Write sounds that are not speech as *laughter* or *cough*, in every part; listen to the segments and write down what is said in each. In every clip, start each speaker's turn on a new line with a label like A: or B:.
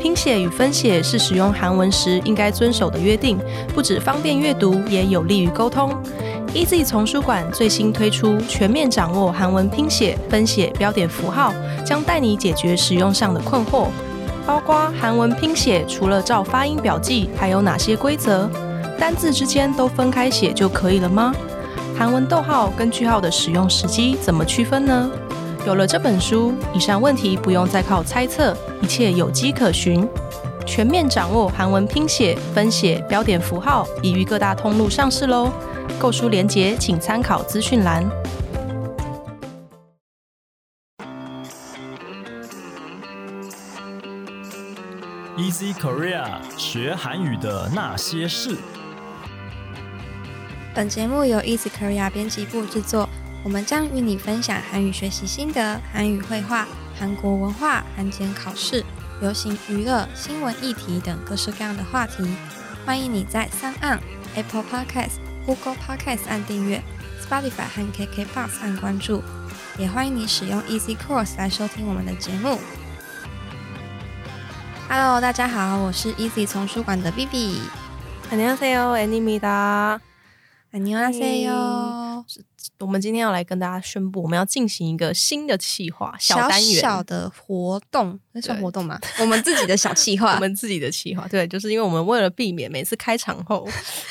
A: 拼写与分写是使用韩文时应该遵守的约定，不只方便阅读，也有利于沟通。EZ 丛书馆最新推出全面掌握韩文拼写、分写、标点符号，将带你解决使用上的困惑，包括韩文拼写除了照发音表记，还有哪些规则？单字之间都分开写就可以了吗？韩文逗号跟句号的使用时机怎么区分呢？有了这本书，以上问题不用再靠猜测，一切有迹可循。全面掌握韩文拼写、分写、标点符号，已于各大通路上市喽。购书链接请参考资讯栏。
B: Easy Korea 学韩语的那些事。
C: 本节目由 Easy Korea 编辑部制作，我们将与你分享韩语学习心得、韩语绘画、韩国文化、韩检考试、流行娱乐、新闻议题等各式各样的话题。欢迎你在三岸 Apple Podcast、Google Podcast 按订阅，Spotify 和 KKBox 按关注，也欢迎你使用 Easy Course 来收听我们的节目。Hello，大家好，我是 Easy 丛书馆的 B B。
A: 안녕하세요，애니미다。
C: 안녕하세요。
A: 我们今天要来跟大家宣布，我们要进行一个新的企划
C: 小
A: 单元，
C: 小的活动，那算活动吗？ *laughs* 我们自己的小计划，
A: 我们自己的企划。对，就是因为我们为了避免每次开场后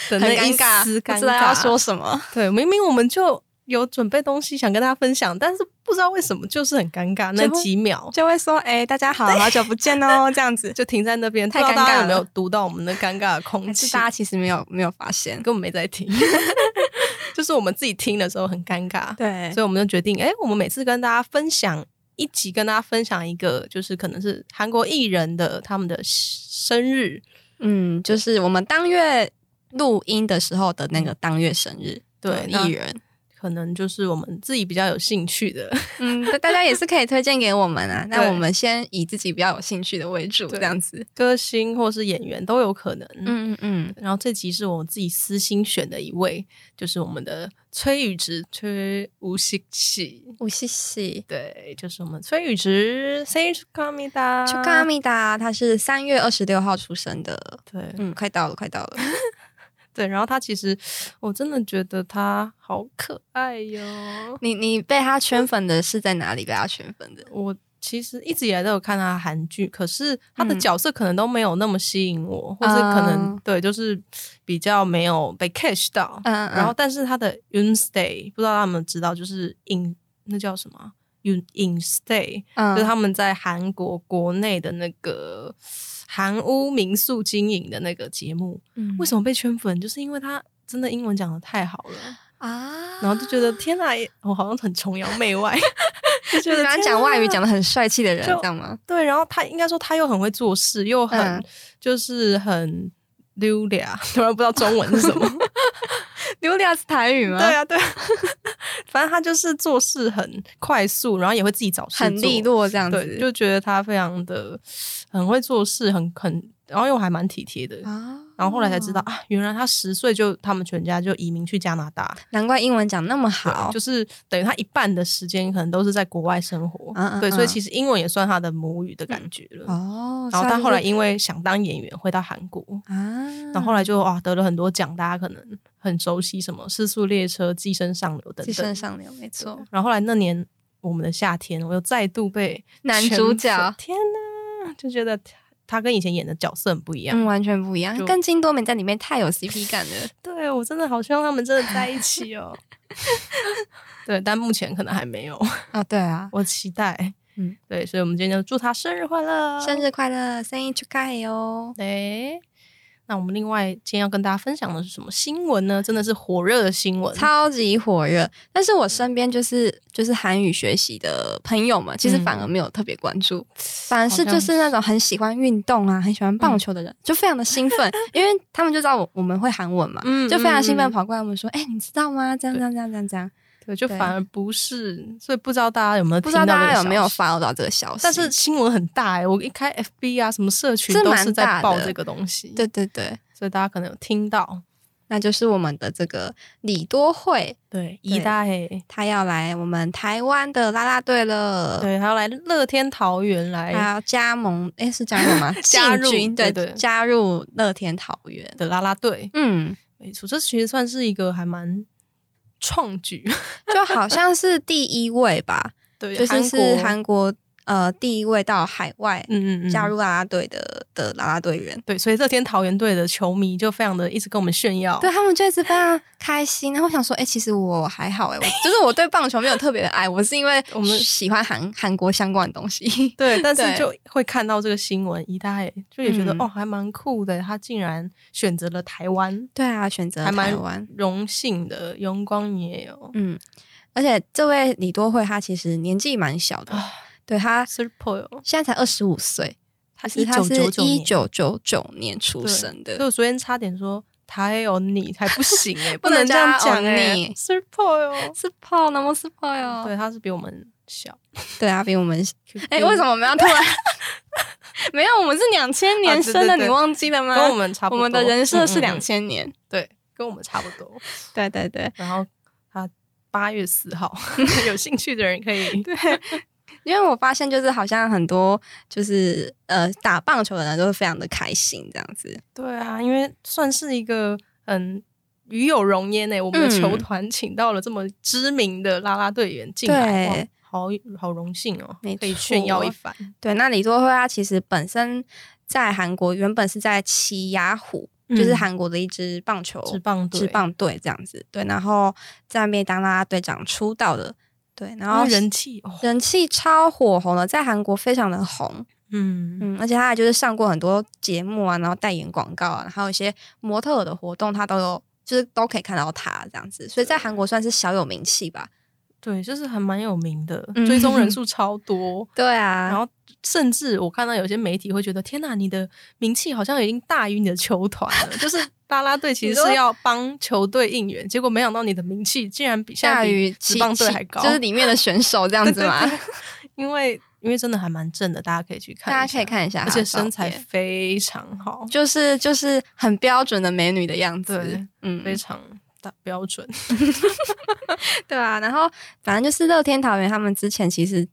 A: 的那
C: 很尴
A: 一
C: 尬，
A: 丝
C: 不
A: 尴
C: 知道要
A: 尬，
C: 说什么。
A: *laughs* 对，明明我们就有准备东西想跟大家分享，但是不知道为什么就是很尴尬，那
C: 就会
A: 几秒
C: *laughs* 就会说：“哎、大家好，好久不见哦。”这样子，
A: *laughs* 就停在那边，
C: 太
A: 不知道
C: 尴尬
A: 大家有没有
C: 了
A: 读到我们的尴尬的空
C: *laughs* 还是
A: 气？
C: 大家其实没有没有发现。
A: 根本没在
C: *laughs*
A: 听，就是我们自己听的时候很尴尬，
C: 对
A: 所以我们就决定，哎、我们每次跟大家分享一集，跟大家分享一个，就是可能是韩国艺人的他们的生日，
C: 嗯，就是我们当月录音的时候的那个当月生日，
A: 对那
C: 艺人，
A: 可能就是我们自己比较有兴趣的， *laughs*
C: 嗯， *laughs* 大家也是可以推荐给我们啊。那
A: 对
C: 我们先以自己比较有兴趣的为主，
A: 对
C: 这样子。
A: 歌星或是演员都有可能。
C: 嗯嗯嗯，
A: 然后这集是我自己私心选的一位，就是我们的崔宇植，崔吴希琪，
C: 我谢谢。
A: 对，就是我们崔宇植，生日축하합니다，
C: 丘卡米达，他是三月二十六号出生的，
A: 对，
C: 嗯，快到了，快到了。
A: 对，然后他其实我真的觉得他好可爱哟。
C: 你你被他圈粉的是在哪里被他圈粉的？
A: 我其实一直以来都有看他的韩剧，可是他的
C: 嗯
A: 角色可能都没有那么吸引我，或是可能
C: 啊
A: 对，就是比较没有被 catch 到。
C: 嗯，
A: 然后，但是他的 Yun Stay 不知道他们知道，就是影那叫什么啊 Yun In Stay，、
C: 嗯
A: 就是他们在韩国国内的那个韩屋民宿经营的那个节目，
C: 嗯
A: 为什么被圈粉？就是因为他真的英文讲的太好了。
C: 么啊？
A: 然后就觉得天哪，我好像很崇洋媚
C: *laughs*
A: 外，就觉
C: 就
A: 得
C: 是他
A: 天
C: 讲外语
A: 哪
C: 讲的很帅气的人，
A: 就
C: 这样吗？
A: 对。然后他应该说他又很会做事，又很、
C: 嗯
A: 就是很溜达， *laughs* 突然不知道中文是什么。
C: 刘俩是台语吗
A: 对啊，对啊， *laughs* 反正他就是做事很快速，然后也会自己找事做，
C: 很利落这样子，
A: 对，就觉得他非常的很会做事，很很，然后又还蛮体贴的。
C: 啊
A: 然后后来才知道，啊，原来他十岁就他们全家就移民去加拿大，
C: 难怪英文讲那么
A: 对
C: 好，
A: 就是等于他一半的时间可能都是在国外生活，
C: 嗯嗯
A: 对，所以
C: 嗯
A: 其实英文也算他的母语的感觉了。
C: 哦。
A: 然后他
C: 是
A: 后来因为想当演员，回到韩国，
C: 啊，
A: 然后后来就啊得了很多奖，大家可能很熟悉什么《失速列车》《寄生上流》等
C: 寄生
A: 等。
C: 上流，没错，
A: 然后后来那年我们的夏天，我又再度被
C: 男
A: 圈
C: 主
A: 粉
C: 角
A: 天哪，就觉得他他跟以前演的角色很不一样。
C: 嗯，完全不一样
A: 就，
C: 跟金多美在里面太有 CP
A: *laughs*
C: 感了。
A: 对我真的好希望他们真的在一起
C: *laughs*
A: 哦。对，但目前可能还没有。
C: 啊，对啊，
A: 我期待。嗯
C: 嗯，
A: 对，所以我们今天就祝他生日快乐，哦
C: 生。日快乐，生日축하해요。
A: 对，那我们另外今天要跟大家分享的是什么新闻呢？真的是火热的新闻，
C: 超级火热，但是我身边就是就是韩语学习的朋友们，其实
A: 嗯
C: 反而没有特别关注，反而是
A: 好像嗯
C: 就是那种很喜欢运动啊，很喜欢棒球的人，就非常的兴
A: *laughs*
C: 奋，因为他们就知道我我们会韩文嘛，
A: 嗯
C: 就非常
A: 嗯
C: 兴
A: 嗯
C: 奋跑过来我们说，哎、你知道吗？这样
A: 对
C: 这样这样这样这样，
A: 对，就
C: 对
A: 反而不是，所以不知道大家有没有
C: 不
A: 听
C: 知道
A: 到
C: 大
A: 这
C: 家
A: 个
C: 有没有
A: 消息？
C: 发到这个消息？
A: 但是新闻很大哎、我一开 FB 啊，什么社群
C: 这
A: 都
C: 蛮
A: 是在
C: 大
A: 报
C: 的
A: 这个东西，
C: 对，对对，
A: 所以大家可能有听到。
C: 那就是我们的这个李多惠，
A: 对，
C: 对
A: 一欸大嘿，
C: 她要来我们台湾的啦啦队了。
A: 对，还要来乐天桃园来
C: 他要加盟，哎、是加盟吗？
A: *laughs* 加入
C: 进军对
A: 对对
C: 加入乐天桃园。
A: 的啦啦队， *laughs*
C: 嗯，
A: 没错，这其实算是一个还蛮创举， *laughs*
C: 就好像是第一位吧，
A: 对，
C: 就是是
A: 韩国，
C: 韩国呃第一位到海外
A: 嗯嗯嗯，
C: 加入啦啦队的、的啦啦队员。
A: 对，所以乐天桃园队的球迷就非常的一直跟我们炫耀，
C: 对他们就一直非常开心，然后我想说，哎、其实我还好、哎，我 *laughs* 就是我对棒球没有特别的爱，我是因为
A: 我们
C: 喜欢韩韩国相关的
A: *laughs*
C: 东西。
A: *laughs* 对，但是
C: 对
A: 就会看到这个新闻，一大嘿就也觉得、
C: 嗯
A: 哦，还蛮酷的，他竟然选择了台湾，
C: 对啊，选择
A: 还
C: 台
A: 蛮
C: 湾，
A: 荣幸的，荣光也有
C: 嗯，而且这位李多惠她其实年纪蛮小的，
A: 啊
C: 对她
A: s u r p r e
C: 现在才二十五岁，
A: 他
C: 其实她是
A: 1999
C: 一
A: 年
C: 九九九年出
A: 对
C: 生
A: 所以
C: 的，
A: 我昨天差点说台有你才不行哎、
C: *laughs* 不能
A: 能这样
C: 叫他哦
A: 讲哎、
C: 欧尼
A: s u r p r e
C: 是泡，那么是泡哟。
A: 对，他是比我们小。
C: 对啊，比我们哦哎、
A: QQ
C: 为什么我们要突 *laughs* 然？没有，我们是两千
A: 啊
C: 年
A: 对
C: 生的，
A: 对对
C: 你忘记了吗？
A: 跟我们差不
C: 我
A: 多？
C: 们的人设是
A: 嗯嗯嗯
C: 两千年，
A: 对，跟我们差不多。
C: 对对对。
A: 然后他八月四
C: *laughs*
A: 号，有兴趣的人可以。
C: 对，因为我发现就是好像很多就是呃打棒球的人都是非常的开心这样子。
A: 对啊，因为算是一个嗯。与有荣焉欸呢、我
C: 嗯
A: 们的球团请到了这么知名的啦啦队员进来，
C: 对
A: 哇好好荣幸哦、
C: 没
A: 可以炫
C: 错
A: 耀一番。
C: 对，那李多惠他其实本身在韩国原本是在奇亚虎，就是
A: 嗯
C: 韩国的一支棒球
A: 职棒队
C: 职棒队这样子。对，然后在那边当啦啦队长出道的。对，然
A: 然后
C: 后
A: 人气，哦、
C: 人气超火红的，在韩国非常的红。
A: 嗯，
C: 嗯，而且他还就是上过很多节目啊，然后代言广告啊，然后有一些模特儿的活动，他都有，就是都可以看到他这样子，所以在韩国算是小有名气吧。
A: 对，就是还蛮有名的，
C: 嗯
A: 追踪人数超多。
C: 对啊，
A: 然后，甚至我看到有些媒体会觉得，天哪，你的名气好像已经大于你的球团了。就是啦啦队其
C: *laughs* 你
A: 实
C: 说
A: 是要帮球队应援，结果没想到你的名气竟然比现
C: 下
A: 在
C: 雨
A: 比职棒队还高，
C: 就是里面的选手这样子嘛，
A: 因为因为真的还蛮正的，大家可以去看，
C: 大家可以，看一下她
A: 而
C: 的
A: 且
C: 照片，
A: 身材非常好，
C: 就是就是很标准的美女的样子
A: 对，
C: 嗯，
A: 非常大标准。
C: 对啊，然后反正就是乐天桃园他们之前其实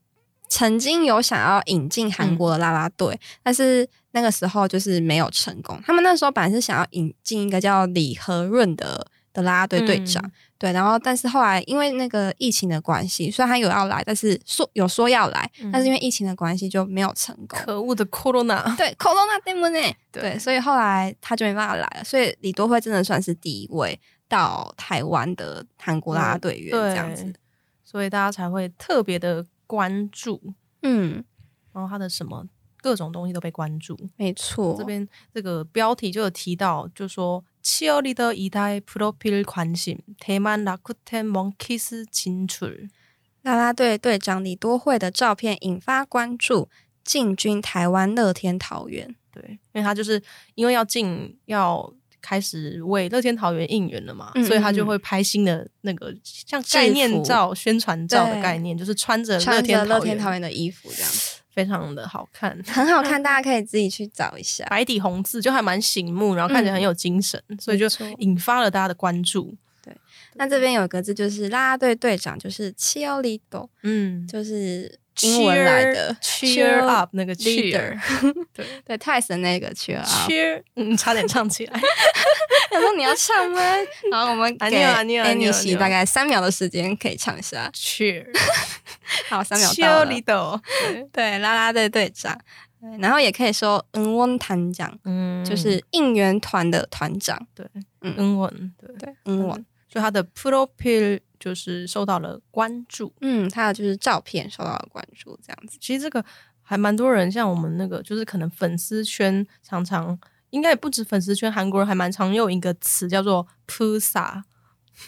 C: 曾经有想要引进
A: 嗯
C: 韩国的啦啦队，但是那个时候就是没有成功。他们那时候本来是想要引进一个叫李和润的的啦啦队队长，
A: 嗯
C: 对，然后但是后来因为那个疫情的关系，虽然他有要来，但是说有说要来，
A: 嗯
C: 但是因为疫情的关系就没有成功。
A: 可 *laughs* 恶的 Corona，
C: 对，corona 对不对？
A: 对
C: 对，所以后来他就没办法来了，所以李多惠真的算是第一位到台湾的韩国啦啦队员这样子
A: 嗯对。，所以大家才会特别的关注。
C: 嗯，
A: 然后他的什么各种东西都被关注。
C: 没错，
A: 这边这个标题就有提到，就说치어리더이다의 프로필 관심 대만 라쿠텐 몽키스 진출。
C: 啦啦队队长李多惠的照片引发关注，进军台湾乐天桃园。
A: 对，因为他就是因为要进要。开始为乐天桃园应援了嘛，
C: 嗯
A: 所以他
C: 嗯
A: 就
C: 嗯
A: 会拍新的那个像
C: 制
A: 概
C: 服
A: 念照、宣传照的
C: 对
A: 概念，就是穿着嗯乐
C: 穿着
A: 天
C: 乐
A: 桃
C: 天桃
A: 园，
C: 园的衣服，
A: *laughs*
C: 这样子
A: 非常的好看，
C: 很好看，大家可以自己去找一
A: *laughs*
C: 下。
A: 白底红字就还蛮醒目，然后看起来很有精神，所以就
C: 嗯没错
A: 引发了大家的关注。
C: 那这边有个字就是啦啦队队长，就是 cheerleader，
A: 嗯，
C: 就是英文来的
A: cheer up 那个
C: leader
A: cheer，对
C: *laughs*
A: *laughs*
C: 对泰森那个 cheer up。
A: cheer，嗯，差点唱起
C: *laughs*
A: 来。
C: 他说你要
A: *laughs*
C: 唱吗？然后我们
A: 啊
C: 给
A: 你有啊你有啊
C: Annie
A: 你有
C: 洗
A: 你有
C: 大概三秒的时间可以唱一下。
A: cheer，
C: 好，三秒到
A: cheer
C: 了。
A: leader，
C: 对，啦啦队队长，对然后也可以说嗯，温团长。
A: 嗯，
C: 就是应援团的团长，
A: 对
C: 嗯
A: 英文，对，
C: 对，嗯英文，
A: 就他的 profile 就是受到了关注。
C: 嗯，还有就是照片受到了关注，这样子，
A: 其实这个还蛮多人，像我们那个就是可能粉丝圈常常。应该也不止粉丝圈，韩国人还蛮常用一个词叫做 “pusa”，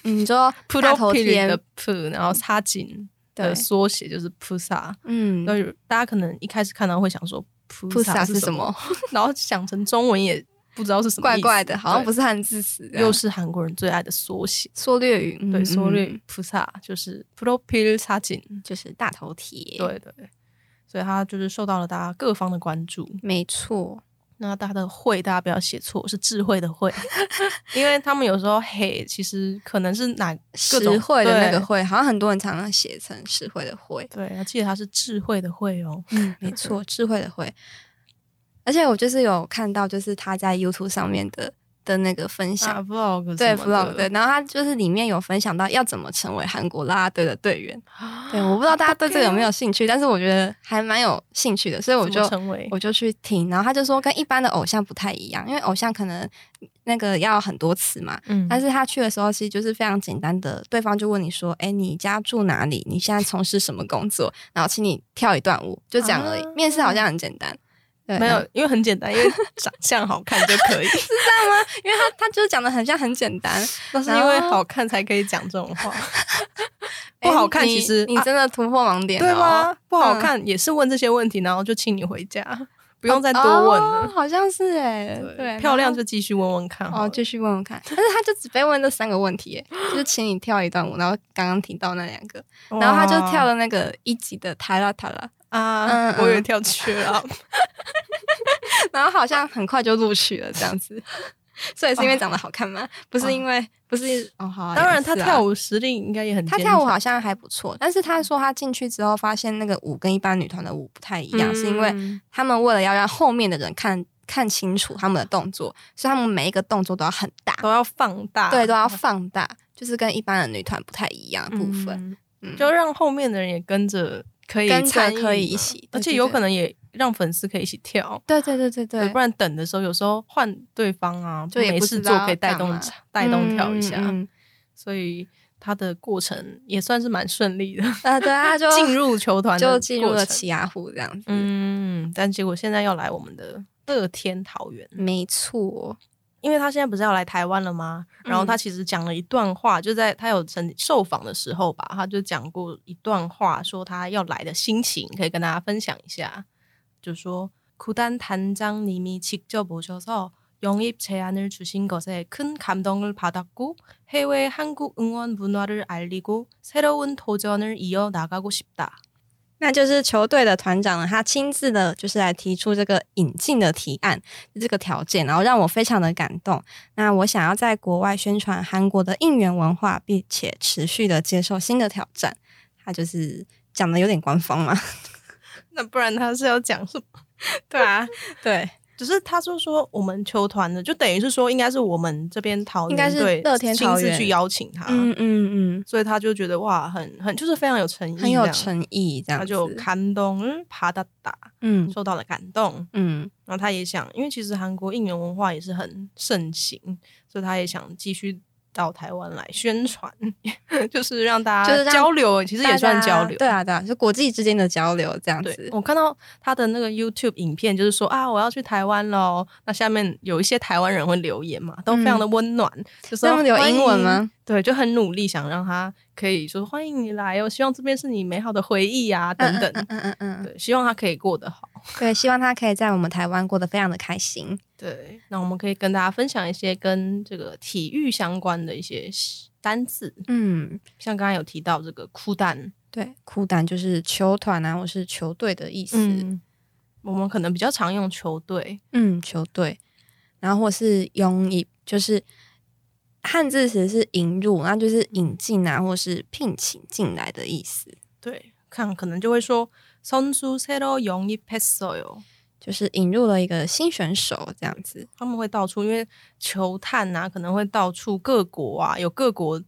C: 嗯你说大
A: profile
C: 头贴
A: 的 “pu”，然后擦紧
C: 对
A: 的，缩写就是 “pusa”。
C: 嗯，
A: 那有大家可能一开始看到会想说菩
C: 菩萨
A: 是
C: 是什么？？
A: 然后想成中文也不知道是什么意思，
C: 怪怪的，好像不
A: 是，
C: 是汉字词这样，
A: 又是韩国人最爱的缩写。
C: 缩略语，嗯
A: 对，缩略
C: 嗯
A: 语菩萨就是 profile 擦紧，
C: 就是大头贴，，
A: 对对，所以他就是受到了大家各方的关注。
C: 没错，
A: 那它的“慧”大家不要写错，是智慧的“
C: *laughs*
A: 慧”，因为他们有时候“嘿”其实可能是哪各种
C: 实惠的那
A: 对
C: 个惠，好像很多人常常写成实惠的惠。
A: 对，要记得它是智慧的“慧”哦。 *laughs*
C: 嗯，没错，智慧的慧。而且我就是有看到，就是他在 YouTube 上面的的那个分享，
A: 啊，vlog 什
C: 对
A: 么
C: vlog
A: 的
C: 对，然后他就是里面有分享到要怎么成为韩国啦啦队的队员。
A: 啊，
C: 对，我不知道大家对这个有没
A: 有
C: 有兴趣，但是我觉得还蛮有兴趣的，所以我就
A: 成为
C: 我就去听，然后他就说跟一般的偶像不太一样，因为偶像可能那个要很多词嘛，
A: 嗯
C: 但是他去的时候，其实就是非常简单的，对方就问你说：“哎、你家住哪里？你现在从事什么工作？”然后请你跳一段舞，就这样而已。
A: 啊
C: 面试好像很简单，对，
A: 没有
C: 然后，
A: 因为很简单，因为
C: *laughs*
A: 长相好看就可以。
C: 因为他他就是讲的很像很简单，
A: 那是因为好看才可以讲这种 *laughs* 话， *laughs* 不
C: 诶
A: 好看
C: 你
A: 其实
C: 你
A: 啊
C: 真的突破盲点、哦
A: 对吗？不好
C: 嗯
A: 看也是问这些问题，然后就请你回家，不用再多问
C: 哦
A: 了。
C: 好像是哎、对，
A: 漂亮
C: 然后
A: 就继续问问看好
C: 哦，
A: 了。
C: 继续问问看，但是他就只被问这三个问题耶，就是请你跳一段舞，然后刚刚提到那两个，然后他就跳
A: 了
C: 了那个一级的塔拉塔拉，嗯
A: 啊，
C: 嗯
A: 我以为跳去了。 *laughs*
C: 然后好像很快就录取了这样子。 *laughs* 所以是因为长得好看吗？不是因为不是哦，好啊、
A: 当然，他跳
C: 舞，
A: 舞实力应该也很
C: 他
A: 坚强，
C: 跳舞好像还不错，但是他说他进去之后发现那个舞跟一般女团的舞不太一样，是因为
A: 嗯
C: 他们为了要让后面的人看看清楚他们的动作，所以他们每一个动作都要很大，
A: 都要哦放大，
C: 对，都要放大，就是跟一般的女团不太一样的部分。
A: 嗯
C: 嗯
A: 就让后面的人也跟着可以
C: 跟着
A: 参与
C: 可以
A: 嘛
C: 一起
A: 而
C: 对
A: 且
C: 对
A: 有
C: 对
A: 可能也让粉丝可以一起跳。
C: 对对对对对，
A: 不然等的时候，有时候换对方啊，
C: 就也
A: 没
C: 不
A: 事
C: 知
A: 做
C: 道
A: 可以带
C: 干
A: 动
C: 嘛
A: 场带动跳一下，
C: 嗯嗯嗯
A: *laughs* 所以他的过程也算是蛮顺利的，
C: 呃，对，他就
A: *laughs* 进入球团的
C: 就进入
A: 过
C: 了
A: 程
C: 奇亚虎这样子。
A: 嗯，但结果现在要来我们的乐天桃园，
C: 没错，
A: 因为他现在不是要来台湾了吗？然后他其实讲了一段话，就在他有曾受访的时候吧，他就讲过一段话，说他要来的心情，可以跟大家分享一下。就说구단단장님이직접오셔서영입제안을주신것에큰감동을받았고해외한국응원문화를알리고새로운도전을이어나가고싶다。
C: 那就是球队的团长呢，他亲自的就是来提出这个引进的提案，这个条件，然后让我非常的感动。那我想要在国外宣传韩国的应援文化，并且持续的接受新的挑战。他就是讲的有点官
A: *laughs*
C: 方嘛，
A: 那不然他是要讲什么？
C: 对啊， *laughs* 对，
A: 只是他就说我们球团的，就等于是说应该是我们这边桃
C: 应该
A: 园
C: 是
A: 队
C: 乐天
A: 亲
C: 桃
A: 自
C: 园
A: 去邀请他，
C: 嗯嗯
A: 所以他就觉得哇，很很就是非常有诚意，
C: 嗯，很有，诚意这样
A: 他
C: 子，
A: 就感动，嗯啪嗒嗒，
C: 嗯
A: 受到了感动。
C: 嗯，
A: 然后他也想，因为其实韩国应援文化也是很盛行，所以他也想继续到台湾来宣传， *laughs* 就是让大
C: 就是
A: 家
C: 让
A: 交流，其实也算交流。
C: 对啊对啊，就国际之间的交流这样
A: 对
C: 子，
A: 我看到他的那个 YouTube 影片，就是说啊，我要去台湾喽。那下面有一些台湾人会留言嘛，都非常的温暖，就说
C: 嗯他们有
A: 欢迎
C: 英文吗？
A: 对，就很努力想让他可以说欢迎你来哦，希望这边是你美好的回忆啊，等等。
C: 嗯嗯嗯，
A: 对，希望他可以过得好。
C: 对，希望他可以在我们台湾过得非常的开心。
A: 对，那我们可以跟大家分享一些跟这个体育相关的一些单字，
C: 嗯，
A: 像刚才有提到这个哭蛋，
C: 对，酷蛋就是球团啊，或是球队的意思。嗯，
A: 嗯，我们可能比较常用球队，
C: 球队，然后或是拥一，就是汉字词是引入，那就是引进啊，或是聘请进来的意思，
A: 对，看可能就会说선수새로영입했어요。
C: 就是引入了一个新选手这样子。
A: 他们会到处，因为球探啊，可能会到处各国啊，有各国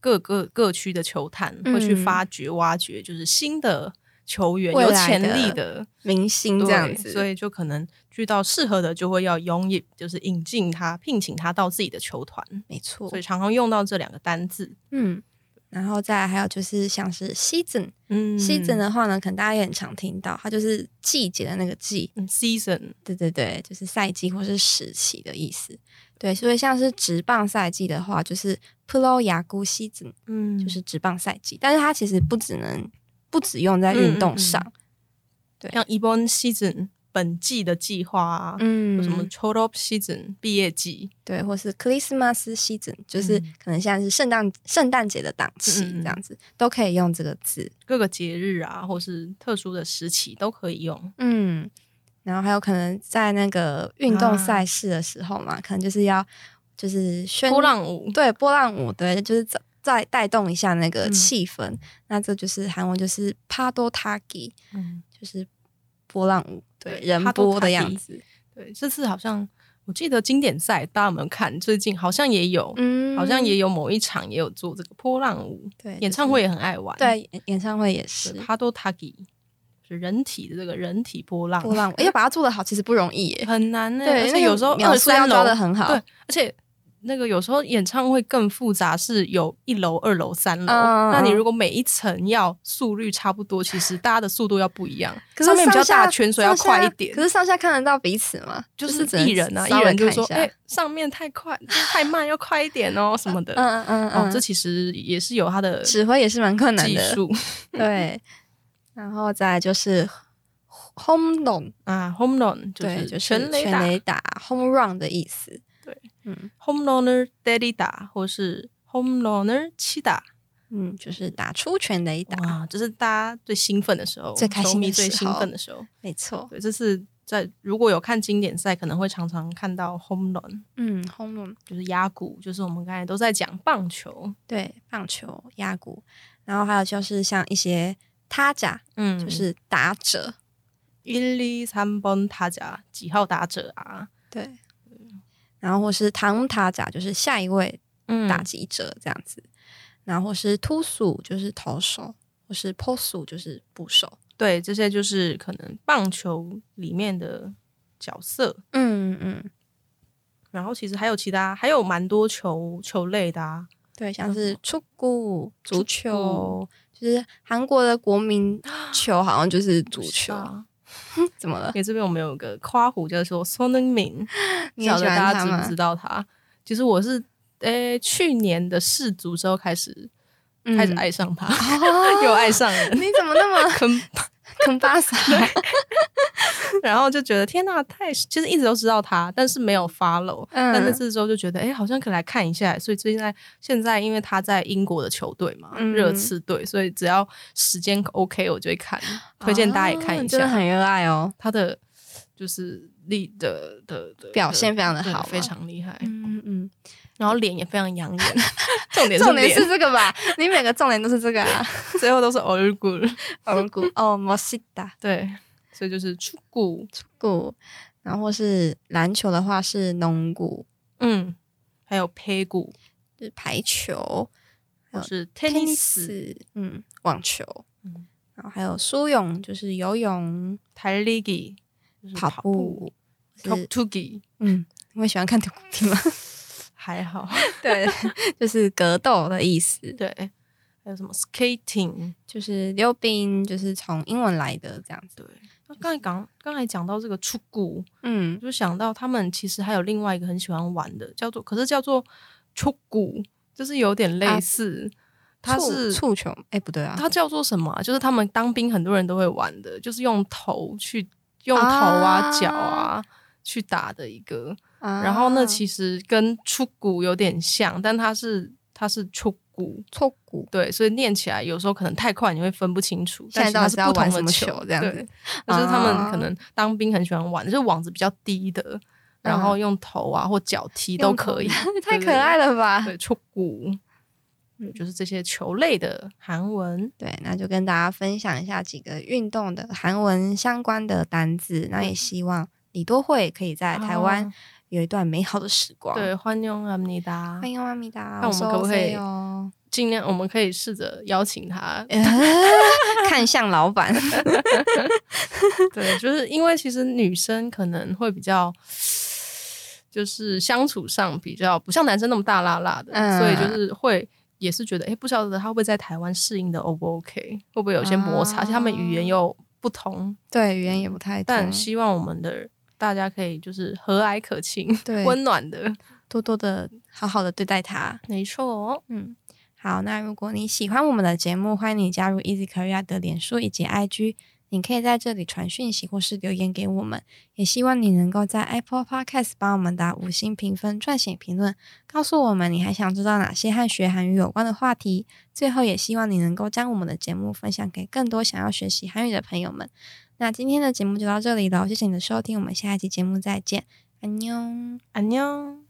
A: 各个各区的球探
C: 嗯
A: 会去发掘、挖掘，就是新的球员
C: 未
A: 有
C: 来
A: 潜
C: 的
A: 力的
C: 明星这样
A: 对
C: 子，
A: 所以就可能遇到适合的，就会要拥引，就是引进他、聘请他到自己的球团，
C: 没错
A: 所以，常常用到这两个单字。
C: 嗯，然后再来还有就是像是 season，season、
A: 嗯
C: season 的话呢，可能大家也很常听到，它就是季节的那个季，
A: 嗯 season
C: 对对对，就是赛季或是时期的意思。对，所以像是职棒赛季的话，就是 pro 牙菇 season，
A: 嗯
C: 就是职棒赛季，但是它其实不只能不只用在运
A: 嗯
C: 动上，
A: 像 e b o n season 本季的计划啊，
C: 嗯
A: 有什么 c h o r o p season 毕业季，
C: 对，或是 Christmas season，就是
A: 嗯
C: 可能现在是圣诞圣诞节的档期
A: 嗯嗯嗯
C: 这样子，都可以用这个字。
A: 各个节日啊，或是特殊的时期都可以用。
C: 嗯，然后还有可能在那个运
A: 啊
C: 动赛事的时候嘛，可能就是要就是宣
A: 波浪舞，
C: 对波浪舞，对，就是再再带动一下那个
A: 嗯
C: 气氛。那这就是韩文，就是帕多塔吉，
A: 嗯，
C: 就是波浪舞，对，
A: 对
C: 人
A: 帕多
C: 波
A: 塔
C: 的
A: 吉
C: 样子。
A: 对，这次好像我记得经典赛，大家有没有看？最近好像也有，
C: 嗯
A: 好像也有某一场也有做这个波浪舞，
C: 对
A: 演唱会也很啊爱玩，
C: 对演演唱会也是
A: 帕多塔吉，就是人体的这个人体波浪
C: 波浪舞，哎要把它做的好其实不容易耶。
A: 很难呢、
C: 对
A: 而
C: 那
A: 且
C: 个
A: 有时候
C: 秒
A: 二
C: 数要
A: 三
C: 抓
A: 楼
C: 得很好
A: 对，而且那个有时候演唱会更复杂，是有一楼、二楼、三楼。
C: 嗯
A: 那你
C: 嗯
A: 如果每一层要速率差不多，其实大家的速度要不一样，
C: 可是
A: 上面比较
C: 下
A: 大的圈，所以要
C: 上
A: 快一
C: 下
A: 点
C: 可。是上下看得到彼此吗？
A: 就是
C: 只能
A: 艺人啊，艺
C: 稍微
A: 人就
C: 看一
A: 说：“
C: 下
A: 哎、上面太
C: *laughs*
A: 快，太慢，要快一点哦，什么的。
C: 嗯嗯
A: 哦，
C: 嗯
A: 这
C: 嗯，
A: 其实也是有它的
C: 指挥也是蛮困难
A: 技
C: 的。 *laughs*
A: 术
C: 对，然后再来就是 home run，
A: 啊。Home run 就
C: 对，
A: 是
C: 就是
A: 全垒
C: 全
A: 打
C: 垒打 home run 的意思。
A: 对，
C: 嗯
A: ，Home runner daddy 打，或是 Home runner 七打，
C: 嗯，就是打出全垒打，
A: 哇，就是大家最兴奋的时候，
C: 最开心
A: 球
C: 的
A: 迷最
C: 时
A: 兴
C: 候
A: 奋的时候。
C: 没错。
A: 对，这是在如果有看经典赛，可能会常常看到 home run，
C: 嗯，home run
A: 就是压鼓，就是我们刚才都在讲棒球，
C: 对棒球、压鼓，然后还有就是像一些他甲，
A: 嗯
C: 就
A: 就是
C: 是打者，
A: 一里三本塔甲几号打者啊，
C: 对。嗯然后或是唐塔甲，就是下一位
A: 嗯
C: 打击者这样子，然后或是突速就是投手，或是 p o s u 就是捕手。
A: 对，这些就是可能棒球里面的角色。
C: 嗯嗯，
A: 然后其实还有其他，还有蛮多球球类的啊，
C: 对，像是嗯出谷足球
A: 谷，
C: 就是韩国的国 *gasps* 民球，好像就是足球。
A: 啊。
C: *laughs* 怎么了？
A: 给这边我们有个夸虎叫做孙能敏，不
C: *laughs* 你也
A: 晓
C: 喜
A: 得
C: 欢
A: 大
C: 他
A: 家知
C: 吗
A: 不知道他？其实我是诶、去年的世足之后开始开始
C: 嗯
A: 爱上他，
C: 哦
A: 又爱上人，
C: *laughs* 你怎么那么
A: 坑。
C: 坑巴 *laughs* 萨？
A: *laughs* 然后就觉得天呐，太其实一直都知道他，但是没有 follow、
C: 嗯
A: 但那次之后就觉得，哎、好像可以来看一下。所以最近在现在，因为他在英国的球队嘛，
C: 嗯
A: 热刺队，所以只要时间 OK，我就会看，推荐大家也看
C: 哦
A: 一
C: 你真的
A: 下。
C: 很热爱哦。
A: 他的就是力的的的
C: 表现非常的
A: 的
C: 好吗哦
A: 非常厉害。
C: 嗯嗯，
A: 然后脸也非常养眼， *laughs* 重点是
C: 重点是
A: 脸，
C: 这个 *laughs* 吧？你每个重点都是这个啊。
A: 最后都是 all good。
C: *laughs* 哦谷哦，莫西达
A: 对，所以就是出谷，
C: 谷，然后是篮球的话是农谷，
A: 嗯，还有胚谷，
C: 就是排球、
A: 或
C: 还有
A: 是 tennis、
C: tennis，嗯，网球，
A: 嗯
C: 然后还有苏泳，就是游泳、
A: 台 l i g
C: 跑步
A: 步、t
C: 就
A: o k
C: 是
A: t u g i
C: 嗯，你会喜欢看体育吗？
A: 还好。
C: *laughs* 对， *laughs* 就是格斗的意思，
A: 对，还有什么 skating？
C: 就是溜冰，就是从英文来的这样子。
A: 对，那刚才讲刚才讲到这个出谷，我
C: 嗯，
A: 就想到他们其实还有另外一个很喜欢玩的，叫做可是叫做出谷，就是有点类
C: 啊
A: 似，它
C: 蹴
A: 是
C: 蹴球，哎、不对啊，
A: 它叫做什么啊、就是他们当兵很多人都会玩的，就是用头去用头
C: 啊
A: 啊、脚啊去打的一个。
C: 啊
A: 然后那其实跟出谷有点像，但它是它是出谷，
C: 蹴谷。
A: 对，所以念起来有时候可能太快，你会分不清楚。
C: 现在到
A: 但
C: 底
A: 其实
C: 是
A: 它
C: 要
A: 是不
C: 玩
A: 同
C: 什
A: 的
C: 么球这样
A: 对
C: 子？
A: 就是他
C: 啊，
A: 们可能当兵很喜欢玩，就是网子比较低的，然后用头啊或脚踢都可以
C: *laughs* 太可爱
A: 了。
C: 了吧？
A: 对，出谷
C: 嗯，
A: 就是这些球类的韩文。
C: 对，那就跟大家分享一下几个运动的韩文相关的单字，那
A: 嗯
C: 也希望你都会可以在台湾
A: 啊
C: 有一段美好的时光。
A: 对，，欢迎阿米达，
C: 欢迎阿米达，
A: 那我们可不可以
C: 哦？。
A: 尽量我们可以试着邀请他
C: 呃看向老
A: *laughs*
C: 板，*laughs*
A: 对，就是因为其实女生可能会比较，就是相处上比较不像男生那么大辣辣的，
C: 嗯
A: 所以就是会。也是觉得，哎、不晓得他会不会在台湾适应的 O 不 OK，会不会有些摩擦？
C: 啊
A: 而且他们语言又不同，
C: 对语言也不太
A: 但
C: 通
A: 希望我们的大家可以就是和蔼可亲、*laughs*
C: 对
A: 温暖的，
C: 多多的好好的对待他。
A: 没错哦。
C: 嗯，好，那如果你喜欢我们的节目，欢迎你加入 Easy Korea 的脸书以及 IG，你可以在这里传讯息或是留言给我们。也希望你能够在 Apple Podcast 帮我们打五星评分、撰写评论，告诉我们你还想知道哪些和学韩语有关的话题。最后，也希望你能够将我们的节目分享给更多想要学习韩语的朋友们。那今天的节目就到这里了，谢谢你的收听，我们下一集节目再见，安妞。
A: 安妞。